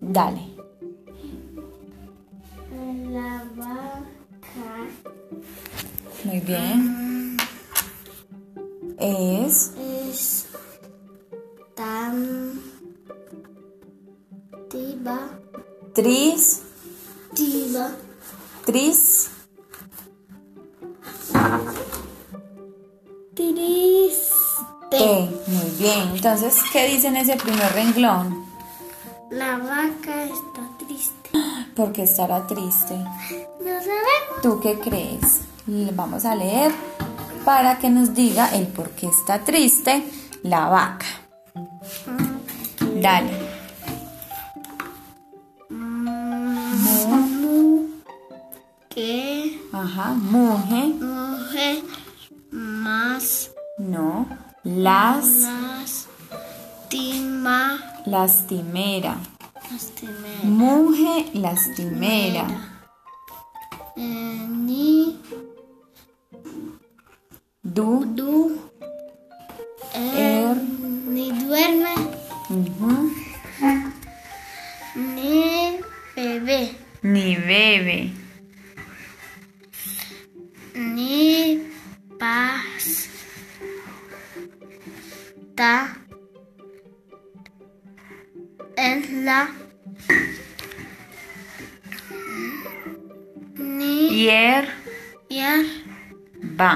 Dale. La vaca Muy bien. Es es tan tiba, tris, tiba, tris, triste. T. Muy bien. Entonces, ¿qué dice en ese primer renglón? La vaca está triste. Porque estará triste. No sabemos. ¿Tú qué crees? Le Vamos a leer para que nos diga el por qué está triste la vaca. Dale. Mu- ¿Qué Ajá, mujer. mujer más No. Las, lastima? lastimera. Lastimera. Mujer, lastimera. Eh, ni Du, du. Er. Ni duerme. ujú, Ni bebé. ni bebe. Ni paz. Ta. Es la. Ni Hierba. hierba.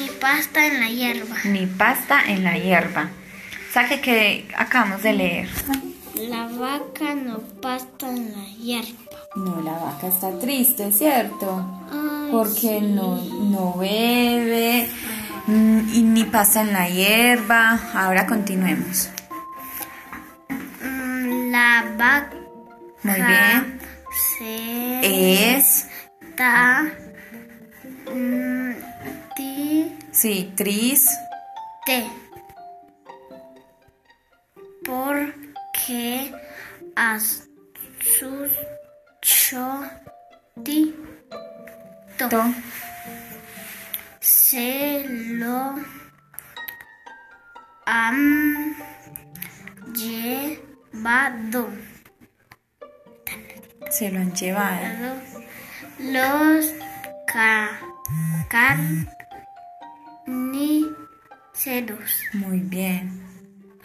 Ni pasta en la hierba. Ni pasta en la hierba. Saque que acabamos de leer. La vaca no pasta en la hierba. No, la vaca está triste, ¿cierto? Porque no, no bebe mm, y ni pasa en la hierba. Ahora continuemos. Mm, La vaca Muy bien. Eh, se Es, está mm, triste sí, tris, porque a su chotito to, se lo han llevado. se lo han llevado. Los ca carniceros. Muy bien.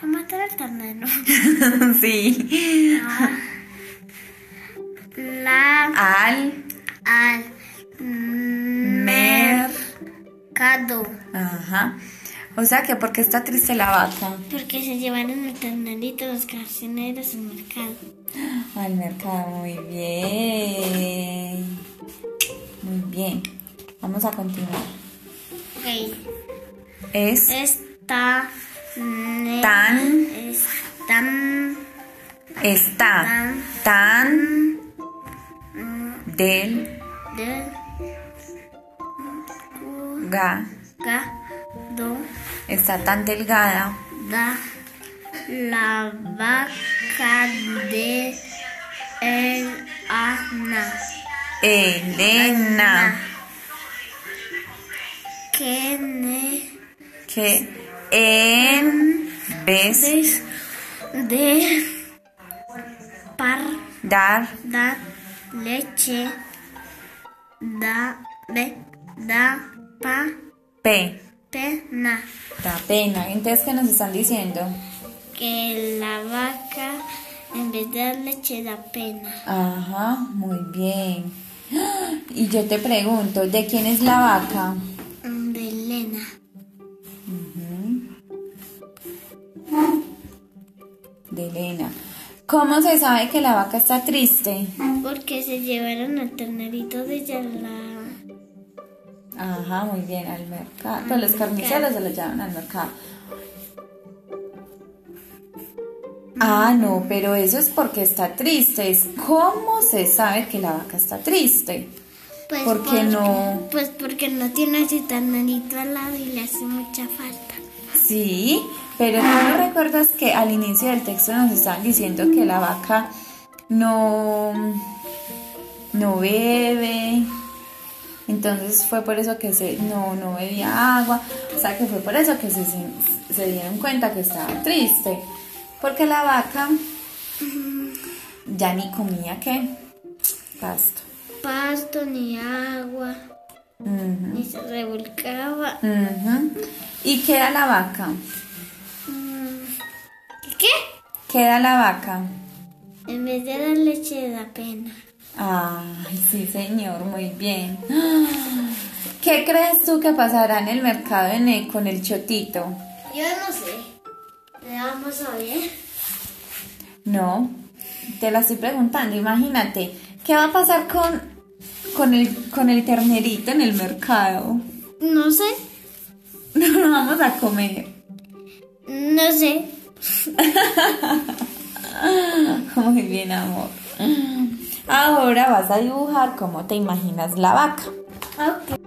A matar al ternero. sí. La Al, al mer, mercado. ajá. O sea que porque está triste la vaca. Porque se llevaron el ternerito los carcineros al mercado. Al mercado, muy bien. Muy bien. Vamos a continuar. Ok. Es Esta. ne- Tan. Es tan. está tan del De. ga Gado. está tan delgada da la vaca de el Ana Elena que ne que en vez des de par dar da leche da be da pa p pena da pena entonces qué nos están diciendo que la vaca en vez de dar leche da pena ajá muy bien y yo te pregunto de quién es la vaca de Elena de Elena cómo se sabe que la vaca está triste porque se llevaron al ternerito de ella la Ajá, muy bien, al mercado. Pues los carniceros se los llevan al mercado. Ah, no, pero eso es porque está triste. Es cómo se sabe que la vaca está triste. Pues ¿Por qué no? Pues porque no tiene así tan nanito al lado y le hace mucha falta. Sí, pero tú no recuerdas que al inicio del texto nos estaban diciendo que la vaca no, no bebe. Entonces fue por eso que se, no, no bebía agua. O sea que fue por eso que se, se- se dieron cuenta que estaba triste. Porque la vaca Ya ni comía qué. Pasto. pasto, ni agua, Ujú, ni se revolcaba. ujú. ¿Y qué da la vaca? Mm, ¿Qué? ¿Qué da la vaca? En vez de dar leche da pena. Ay, sí, señor, muy bien. ¿Qué crees tú que pasará en el mercado en el- con el chotito? Yo no sé. Le vamos a ver. No, te la estoy preguntando, imagínate, ¿qué va a pasar con, con, el, con el ternerito en el mercado? No sé. No lo vamos a comer. No sé. Muy bien, amor. Ahora vas a dibujar cómo te imaginas la vaca. Ok.